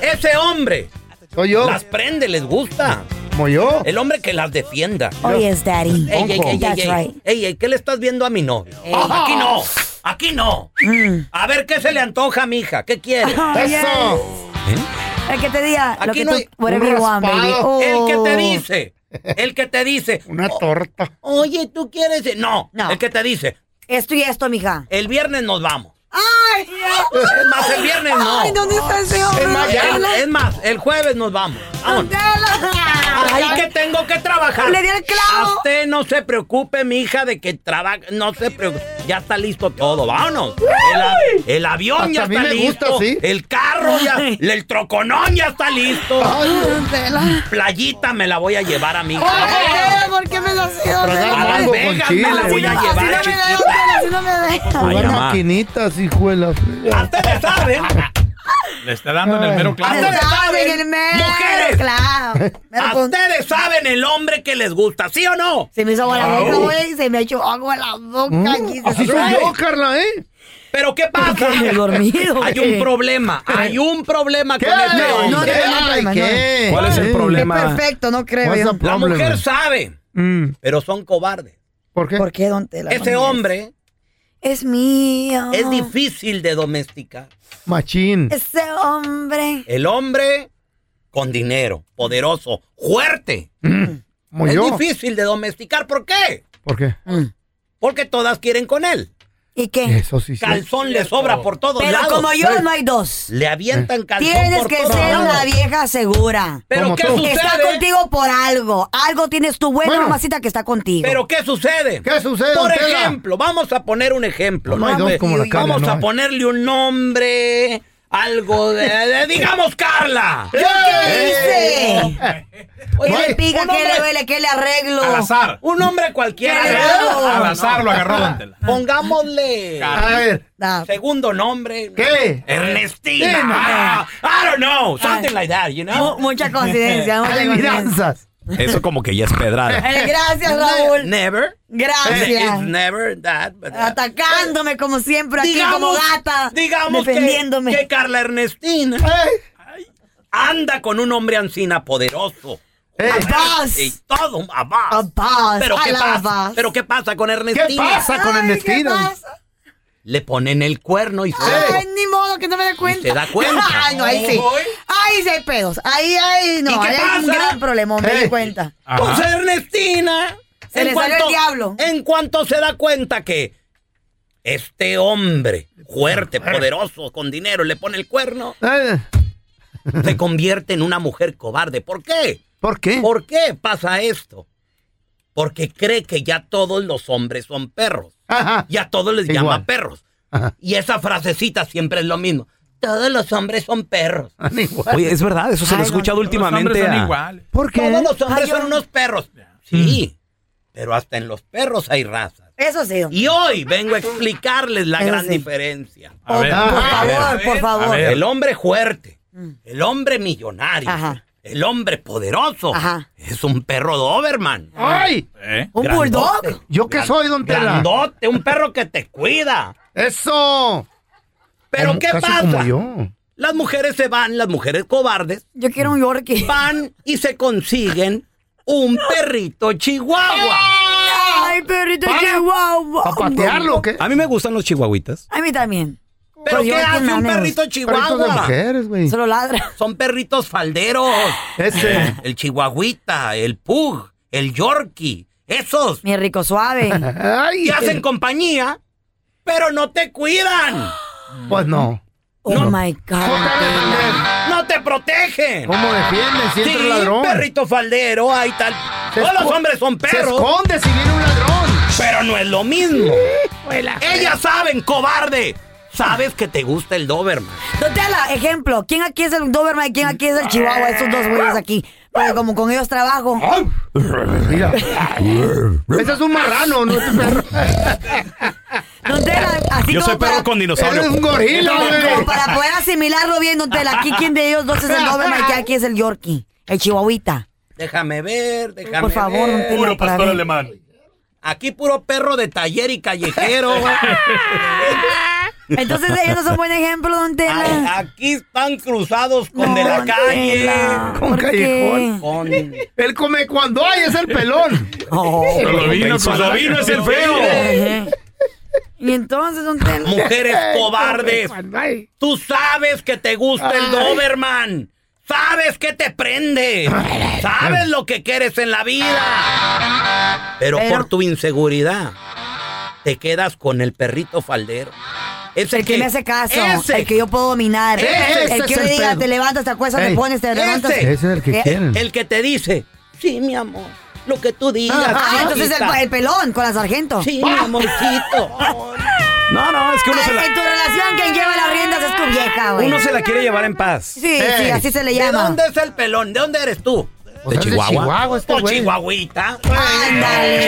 Speaker 3: Ese hombre. Las prende, les gusta.
Speaker 6: Como yo.
Speaker 3: El hombre que las defienda.
Speaker 4: Oh, yes, daddy.
Speaker 3: Ey, ey, ey, ey,
Speaker 4: That's
Speaker 3: ey.
Speaker 4: right.
Speaker 3: Ey, ey, ¿qué le estás viendo a mi novia?
Speaker 4: Ey.
Speaker 3: Aquí no. Aquí no. A ver qué se le antoja, mija. ¿Qué quiere?
Speaker 4: Oh,
Speaker 3: Mm. Eso.
Speaker 4: El que te diga lo
Speaker 3: Aquí
Speaker 4: que
Speaker 3: no
Speaker 4: tú,
Speaker 3: hay-
Speaker 4: whatever
Speaker 3: un
Speaker 4: you want, baby.
Speaker 3: raspado. El que te
Speaker 4: Oh.
Speaker 3: dice. El que te dice.
Speaker 6: Una torta.
Speaker 3: Oye, ¿tú quieres? ir?" No, el que te dice,
Speaker 4: Esto y esto, mija.
Speaker 3: el viernes nos vamos.
Speaker 4: ¡Ay!
Speaker 3: Es más, el viernes no.
Speaker 4: Ay, ¿dónde está ese hombre?
Speaker 3: Es más,
Speaker 4: Don
Speaker 3: el,
Speaker 4: Tela.
Speaker 3: es más, el jueves nos vamos. Vamos. Ay, que tengo que trabajar.
Speaker 4: Le di el clavo.
Speaker 3: A usted no se preocupe, mi hija, de que trabaja. No se preocupe. Ya está listo todo. Vámonos. El, a- el avión
Speaker 6: Hasta
Speaker 3: ya
Speaker 6: a mí
Speaker 3: está
Speaker 6: me gusta,
Speaker 3: listo.
Speaker 6: sí.
Speaker 3: El carro ya. El troconón ya está listo. Playita me la voy a llevar a mi hija.
Speaker 4: Ay, ¿Por qué me lo hacía?
Speaker 3: A Las Vegas me la voy a llevar, chiquita.
Speaker 4: Si no me deja.
Speaker 6: Jugar
Speaker 12: mamá.
Speaker 6: maquinitas, hijo de la fregada.
Speaker 3: Ustedes Ah, saben.
Speaker 12: Le está dando en el mero clavo.
Speaker 3: Ustedes saben.
Speaker 4: en el mero
Speaker 3: Mujeres.
Speaker 4: clavo.
Speaker 3: A ustedes saben el hombre que les gusta, ¿sí o no?
Speaker 4: Se me hizo agua la boca, güey. Se me echó agua la
Speaker 6: Mm,
Speaker 3: Mm,
Speaker 4: boca. Jesus Christ.
Speaker 6: Carla, ¿eh?
Speaker 3: Pero ¿qué pasa?
Speaker 4: me he dormido,
Speaker 3: Hay
Speaker 4: güey.
Speaker 3: un problema, hay un problema
Speaker 4: ¿Qué?
Speaker 3: con este
Speaker 4: No, no,
Speaker 3: hombre.
Speaker 4: no, no, no, Ay, no. ¿qué?
Speaker 12: ¿Cuál es el
Speaker 4: Ay,
Speaker 12: problema?
Speaker 4: qué perfecto, no creo
Speaker 12: What's
Speaker 4: yo.
Speaker 12: the
Speaker 3: La
Speaker 12: problem?
Speaker 3: mujer sabe, pero son cobardes.
Speaker 6: Mm, ¿Por qué?
Speaker 4: ¿Por qué, don Tela?
Speaker 3: Ese hombre
Speaker 4: Es mío.
Speaker 3: es difícil de domesticar.
Speaker 6: Machín.
Speaker 4: Ese hombre.
Speaker 3: El hombre con dinero, poderoso, fuerte.
Speaker 6: Como
Speaker 3: es
Speaker 6: yo.
Speaker 3: difícil Eh, de domesticar, ¿por qué?
Speaker 6: ¿Por qué?
Speaker 3: Porque todas quieren con él.
Speaker 4: ¿Y qué?
Speaker 6: Eso sí. sí.
Speaker 3: Calzón le sobra por todos
Speaker 4: Pero
Speaker 3: lados.
Speaker 4: como yo no hay dos.
Speaker 3: Le
Speaker 6: Eh.
Speaker 3: avientan calzón
Speaker 4: Tienes
Speaker 3: por
Speaker 4: que
Speaker 3: todos
Speaker 4: ser
Speaker 3: lados.
Speaker 4: una vieja segura.
Speaker 3: Pero ¿qué sucede?
Speaker 4: Está contigo por algo. Algo tienes tu buena mamacita que está contigo.
Speaker 3: Pero ¿qué sucede?
Speaker 6: ¿Qué sucede,
Speaker 3: Por
Speaker 6: don Tela?
Speaker 3: ejemplo, vamos a poner un ejemplo.
Speaker 6: No hay
Speaker 3: ¿no?
Speaker 6: dos como la Carla,
Speaker 3: vamos
Speaker 6: no
Speaker 3: a
Speaker 6: hay.
Speaker 3: ponerle un nombre, algo de, de- digamos Carla.
Speaker 4: ¿Yo qué hice?
Speaker 6: Eh,
Speaker 3: Oye,
Speaker 4: ¿Qué le pica?
Speaker 3: Eh. un
Speaker 4: ¿Qué le
Speaker 3: hombre-
Speaker 4: duele? ¿Qué le arreglo?
Speaker 3: Un hombre cualquiera.
Speaker 4: ¿Qué le hago? Al
Speaker 12: azar lo agarró, don
Speaker 3: Pongámosle.
Speaker 6: A ver.
Speaker 4: No.
Speaker 3: Segundo nombre.
Speaker 6: ¿Qué?
Speaker 3: Ernestina. I don't know. Something like that, you know.
Speaker 4: Mu- Mucha coincidencia, mucha coincidencia.
Speaker 6: Adivinanzas.
Speaker 12: Eso como que ya es pedrada.
Speaker 4: Eh, gracias, Raúl.
Speaker 3: Never.
Speaker 4: Gracias.
Speaker 3: It's never that. but- uh,
Speaker 4: Atacándome como siempre aquí, como gata.
Speaker 3: digamos que-
Speaker 4: defendiéndome.
Speaker 3: Que, Carla Ernestina
Speaker 6: Eh,
Speaker 3: ay, anda con un hombre ancina poderoso.
Speaker 4: Abbas.
Speaker 3: Y todo, Abbas. Pero
Speaker 4: I
Speaker 3: ¿qué
Speaker 4: love
Speaker 3: pasa?
Speaker 4: Abbas.
Speaker 3: Pero ¿qué pasa con Ernestina?
Speaker 4: Ay, ¿qué pasa?
Speaker 3: Le ponen el cuerno y se
Speaker 4: Ay, ni modo que no me dé cuenta.
Speaker 3: ¿Y se da cuenta? ¿eh?
Speaker 4: Ay, no, ahí sí. Ahí sí hay pedos. Ahí, ahí, no.
Speaker 3: ¿Y qué
Speaker 4: ahí hay un
Speaker 3: pasa?
Speaker 4: gran problema, me di cuenta.
Speaker 3: Pues Ernestina.
Speaker 4: Se
Speaker 3: en
Speaker 4: le salió el diablo.
Speaker 3: En cuanto se da cuenta que este hombre fuerte, poderoso, con dinero, le pone el cuerno,
Speaker 6: eh,
Speaker 3: se convierte en una mujer cobarde. ¿Por qué?
Speaker 6: ¿Por qué?
Speaker 3: ¿Por qué pasa esto? Porque cree que ya todos los hombres son perros. Y a todos les
Speaker 6: Igual.
Speaker 3: llama perros. Y esa frasecita siempre es lo mismo. Todos los hombres son perros.
Speaker 12: Oye, es verdad, eso se lo he escuchado últimamente.
Speaker 3: hombres son
Speaker 12: a-
Speaker 3: iguales. Todos los hombres son unos perros. Sí, pero hasta en los perros hay razas.
Speaker 4: Eso sí.
Speaker 3: Y hoy vengo a explicarles la
Speaker 4: Eso
Speaker 3: gran
Speaker 4: sí.
Speaker 3: diferencia.
Speaker 4: A ver, Por a favor, ver, a ver, por favor. a ver.
Speaker 3: El hombre fuerte, el hombre millonario, el hombre poderoso, es un perro Doberman.
Speaker 6: ¡Ay!
Speaker 3: ¿Un bulldog?
Speaker 6: ¿Yo qué soy, don Tela?
Speaker 3: Grandote, un perro que te cuida.
Speaker 6: ¡Eso!
Speaker 3: ¿Pero
Speaker 6: Como-
Speaker 3: qué
Speaker 6: casi
Speaker 3: pasa?
Speaker 6: como yo.
Speaker 3: Las mujeres se van, las mujeres cobardes.
Speaker 4: Yo quiero un Yorkie.
Speaker 3: Van y se consiguen un perrito chihuahua.
Speaker 4: Ay, perrito chihuahua.
Speaker 12: A mí me gustan los chihuahuitas.
Speaker 4: A mí también.
Speaker 3: ¿Pero
Speaker 4: Pues
Speaker 3: qué
Speaker 4: yo
Speaker 3: hace
Speaker 4: quiero
Speaker 3: un
Speaker 4: naneos.
Speaker 3: perrito chihuahua?
Speaker 4: Solo ladra.
Speaker 3: Son perritos falderos.
Speaker 6: Ese.
Speaker 3: El chihuahuita, el pug, el yorkie. Esos.
Speaker 4: Mi rico suave.
Speaker 3: Te hacen compañía, pero no te cuidan.
Speaker 6: Pues no.
Speaker 4: Oh my
Speaker 3: Ah.
Speaker 4: God.
Speaker 3: No te protegen.
Speaker 6: ¿Cómo defienden si entra
Speaker 3: Sí,
Speaker 6: un ladrón?
Speaker 3: perrito faldero, ahí tal.
Speaker 6: Se
Speaker 3: Todos los
Speaker 6: esco-
Speaker 3: hombres son
Speaker 6: se
Speaker 3: perros.
Speaker 6: esconde si viene un ladrón.
Speaker 3: Pero no es lo mismo. Ellas saben, cobarde. Sabes que te gusta el Doberman.
Speaker 4: Dotela, ejemplo, ¿quién aquí es el Doberman y quién aquí es el Chihuahua? Estos dos güeyes aquí. Porque como con ellos trabajo.
Speaker 6: Mira. Ese es un marrano, no es un perro.
Speaker 4: Dotela, así
Speaker 12: Yo
Speaker 4: como
Speaker 12: soy perro con dinosaurio.
Speaker 6: Eres un gorila,
Speaker 4: Como para poder asimilarlo bien, Dotela, aquí quién de ellos dos es el Doberman y quién aquí es el Yorkie, el Chihuahuita.
Speaker 3: Déjame ver, déjame
Speaker 4: Por favor,
Speaker 3: ver.
Speaker 4: don Tela, Puro para pastor ver.
Speaker 3: alemán. Aquí puro perro de taller y callejero.
Speaker 4: Entonces ellos no son buen ejemplo, Don
Speaker 3: Ay,
Speaker 4: Tela.
Speaker 3: aquí están cruzados con de la
Speaker 4: don
Speaker 3: calle.
Speaker 4: Tela,
Speaker 6: Con callejón.
Speaker 3: Con...
Speaker 12: Pues
Speaker 6: Él come cuando hay, es el pelón.
Speaker 12: Crodovino, Crodovino es el feo.
Speaker 4: Ajá. Y entonces, Don Tela.
Speaker 3: Mujeres cobardes.
Speaker 6: Ay.
Speaker 3: Tú sabes que te gusta el
Speaker 4: Ay.
Speaker 3: Doberman. Sabes que te prende. Sabes lo que quieres en la vida. Pero,
Speaker 4: Pero-
Speaker 3: por tu inseguridad, te quedas con el perrito faldero. Ese
Speaker 4: El que me hace caso,
Speaker 3: Ese.
Speaker 4: el que yo puedo dominar,
Speaker 3: Ese
Speaker 4: el que
Speaker 3: es
Speaker 4: yo
Speaker 3: el
Speaker 4: le diga,
Speaker 3: pedo.
Speaker 4: te levantas, te acuestas, te
Speaker 3: Ey,
Speaker 4: pones, te
Speaker 3: ese.
Speaker 4: levantas.
Speaker 3: Ese es
Speaker 6: el que
Speaker 4: Eh,
Speaker 6: quieren.
Speaker 3: el que te dice, sí, mi amor, lo que tú digas.
Speaker 4: Ah, entonces el,
Speaker 3: chiquita".
Speaker 4: el pelón con la sargento. Ah,
Speaker 3: Sí, mi amorcito.
Speaker 12: No, no, es que uno se
Speaker 4: En tu
Speaker 12: la,
Speaker 4: relación, quien lleva las riendas es tu vieja, güey.
Speaker 12: uno se la quiere llevar en paz.
Speaker 4: Sí, sí, así se le
Speaker 3: ¿De
Speaker 4: llama.
Speaker 3: dónde es el pelón? ¿De dónde eres tú? Este
Speaker 12: ¿De Chihuahua?
Speaker 3: o chihuahuita.
Speaker 4: Ándale.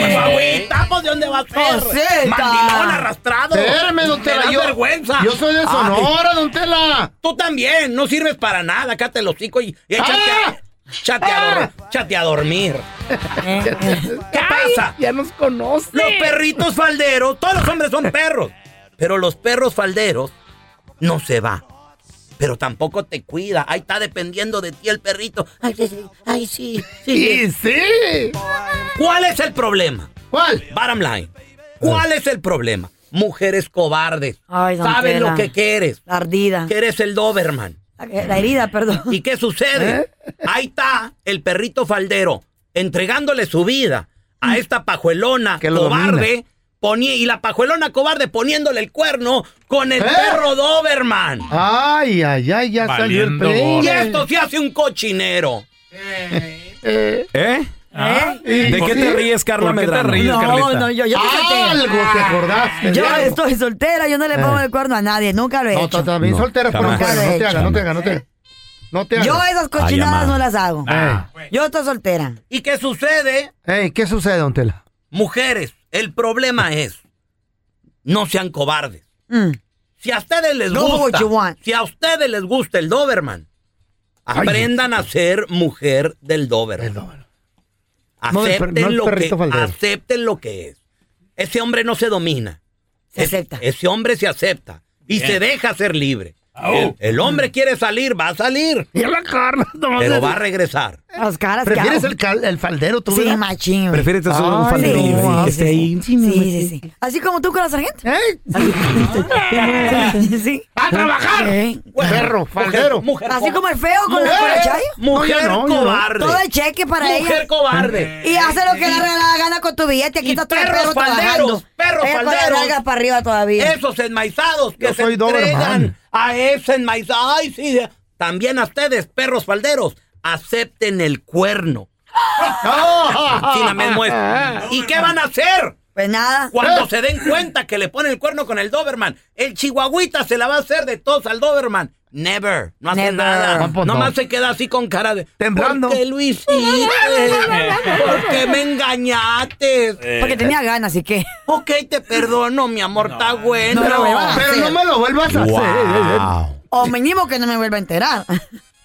Speaker 4: Eh,
Speaker 3: Chihuahuita, pues ¿de dónde vas a
Speaker 4: Coseta.
Speaker 3: ser? Mandilón arrastrado.
Speaker 6: Espérame, don
Speaker 3: Te
Speaker 6: Tela,
Speaker 3: da
Speaker 6: yo-
Speaker 3: vergüenza.
Speaker 6: yo soy de Sonora, don Tela.
Speaker 3: Tú también, no sirves para nada. Cállate el hocico y, y échate,
Speaker 6: ¡Ah!
Speaker 3: a, échate a dor- échate a dormir.
Speaker 4: eh,
Speaker 3: ¿Qué pasa?
Speaker 6: Ya nos conoce.
Speaker 3: Los perritos falderos, todos los hombres son perros. Pero los perros falderos no se va. Pero tampoco te cuida. Ahí está dependiendo de ti el perrito. Ay, sí, sí, ay, sí, sí.
Speaker 6: Y sí.
Speaker 3: ¿Cuál es el problema?
Speaker 6: ¿Cuál?
Speaker 3: Bottom line. ¿Cuál es el problema? Mujeres cobardes.
Speaker 4: Ah. Ay, don
Speaker 3: Saben
Speaker 4: Tela.
Speaker 3: lo que quieres.
Speaker 4: La ardida.
Speaker 3: Que eres el Doberman.
Speaker 4: La herida, perdón.
Speaker 3: ¿Y qué sucede?
Speaker 6: ¿Eh?
Speaker 3: Ahí está el perrito faldero entregándole su vida a esta pajuelona
Speaker 6: Que lo
Speaker 3: cobarde. poni- y la pajuelona cobarde poniéndole el cuerno con el
Speaker 6: ¿Eh? Ah,
Speaker 3: perro Doberman.
Speaker 6: Ay, ay, ay, ya salió el
Speaker 12: Valiendo
Speaker 6: play.
Speaker 3: Y esto se hace un cochinero.
Speaker 6: Eh,
Speaker 12: ¿Eh?
Speaker 4: ¿Eh?
Speaker 12: ¿De qué te ríes, Carla
Speaker 3: ¿Por qué te
Speaker 12: Medrano?
Speaker 3: ríes,
Speaker 4: No,
Speaker 12: Carlita?
Speaker 4: no, yo, yo te solté.
Speaker 6: algo te acordaste.
Speaker 4: Yo
Speaker 6: de algo.
Speaker 4: estoy soltera, yo no le pongo
Speaker 6: Eh.
Speaker 4: el cuerno a nadie, nunca lo he
Speaker 6: No,
Speaker 4: hecho.
Speaker 6: tú también
Speaker 12: No,
Speaker 6: soltera por un
Speaker 12: jamás.
Speaker 6: cuerno. No te
Speaker 4: Jamás.
Speaker 6: hagas, no te hagas, no te hagas. No te hagas.
Speaker 4: Yo esas
Speaker 12: Ay, Ah.
Speaker 4: cochinadas
Speaker 12: amá.
Speaker 4: no las hago. Yo estoy soltera.
Speaker 3: ¿Y qué sucede?
Speaker 6: Ey, ey, ¿qué sucede, don Tela?
Speaker 3: Mujeres, el problema es, no sean cobardes.
Speaker 4: Mm.
Speaker 3: Si a ustedes les
Speaker 4: Do
Speaker 3: gusta,
Speaker 4: what you want.
Speaker 3: si a ustedes les gusta el Doberman,
Speaker 6: Ay,
Speaker 3: aprendan a ser mujer del Doberman.
Speaker 6: No del per-
Speaker 3: Acepten,
Speaker 6: no del
Speaker 3: lo que,
Speaker 6: perrito faldero.
Speaker 3: acepten lo que es. Ese hombre no se domina.
Speaker 6: Eh,
Speaker 3: Se acepta. Ese hombre se acepta y
Speaker 12: Bien.
Speaker 3: se deja ser libre. El, el hombre quiere salir, va a salir. pero va a regresar.
Speaker 4: Las caras que
Speaker 6: ¿Prefieres
Speaker 4: hago.
Speaker 6: el, cal- el faldero tú?
Speaker 4: Sí,
Speaker 6: verdad?
Speaker 4: machín.
Speaker 12: Prefieres
Speaker 6: Ay,
Speaker 12: un faldero
Speaker 6: sí,
Speaker 12: libre,
Speaker 6: sí,
Speaker 12: que
Speaker 6: sí,
Speaker 12: esté
Speaker 6: sí.
Speaker 12: ahí.
Speaker 4: Sí, sí, sí. Así como tú con la sargento. Sí, sí.
Speaker 6: Eh. ¡A trabajar! Perro, faldero.
Speaker 4: Así como el feo con la
Speaker 6: Mujer.
Speaker 4: con la chayo.
Speaker 6: Mujer No, ya no, ya no. cobarde.
Speaker 4: Todo el cheque para
Speaker 3: Mujer
Speaker 4: ella.
Speaker 3: cobarde.
Speaker 4: Y hace lo que le da la gana con tu billete. Aquí está todo el
Speaker 3: perros
Speaker 4: perro
Speaker 3: falderos,
Speaker 4: trabajando.
Speaker 3: perros
Speaker 4: Ella con las
Speaker 3: falderos.
Speaker 4: nalgas para arriba todavía.
Speaker 3: Esos enmaizados que
Speaker 4: Yo
Speaker 3: se
Speaker 4: soy Doberman.
Speaker 3: entregan a ese enmaizado. Ay, sí. También a ustedes, perros falderos, acepten el cuerno. Así la mismo es. ¿Y qué van a hacer?
Speaker 4: Pues nada.
Speaker 3: Cuando se den cuenta que le ponen el cuerno con el Doberman, el chihuahuita se la va a hacer de todos al Doberman. Never. No hace
Speaker 6: Never.
Speaker 3: nada.
Speaker 6: No, pues, no.
Speaker 3: Nomás se queda así con cara de...
Speaker 6: Temblando.
Speaker 3: ¿Por qué lo hiciste? ¿Por qué me engañaste?
Speaker 4: Porque tenía ganas, ¿y qué?
Speaker 3: Ok, te perdono, mi amor, está bueno.
Speaker 4: No lo vuelvas a hacer.
Speaker 6: vuelvas
Speaker 12: Wow.
Speaker 4: O mínimo que no me vuelva a enterar.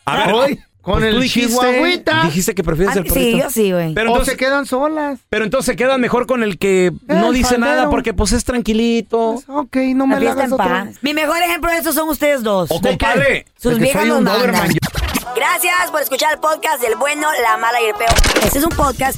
Speaker 12: A ver,
Speaker 6: con
Speaker 12: pues
Speaker 6: el
Speaker 12: tú dijiste-
Speaker 6: chihuahuita.
Speaker 12: Dijiste que prefieres
Speaker 4: Ah,
Speaker 12: el
Speaker 4: sí,
Speaker 12: perrito.
Speaker 4: yo sí, güey.
Speaker 12: Pero
Speaker 6: o
Speaker 12: entonces,
Speaker 6: se quedan solas.
Speaker 12: pero entonces quedan mejor con el que no
Speaker 6: El
Speaker 12: dice nada
Speaker 6: faldero.
Speaker 12: porque pues es tranquilito.
Speaker 6: Ok, no me la
Speaker 4: La fiesta
Speaker 6: hagas
Speaker 4: en
Speaker 6: otra
Speaker 4: paz. Mi mejor ejemplo de eso son ustedes dos.
Speaker 12: O compadre.
Speaker 4: Sus
Speaker 12: de que
Speaker 4: viejas
Speaker 12: soy
Speaker 4: los
Speaker 12: un
Speaker 4: mandan.
Speaker 12: Doberman.
Speaker 4: Gracias por escuchar el podcast del bueno, la mala y el peor. Este es un podcast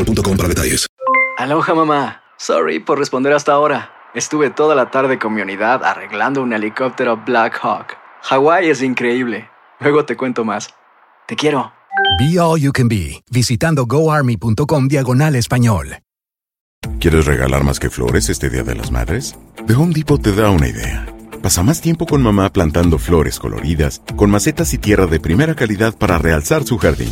Speaker 1: para detalles.
Speaker 14: Aloha mamá. Sorry por responder hasta ahora. Estuve toda la tarde con mi unidad arreglando un helicóptero Black Hawk. Hawái es increíble. Luego te cuento más. Te quiero.
Speaker 15: Be All You Can Be, visitando goarmy.com diagonal español.
Speaker 16: ¿Quieres regalar más que flores este Día de las Madres? The Home Depot te da una idea. Pasa más tiempo con mamá plantando flores coloridas, con macetas y tierra de primera calidad para realzar su jardín.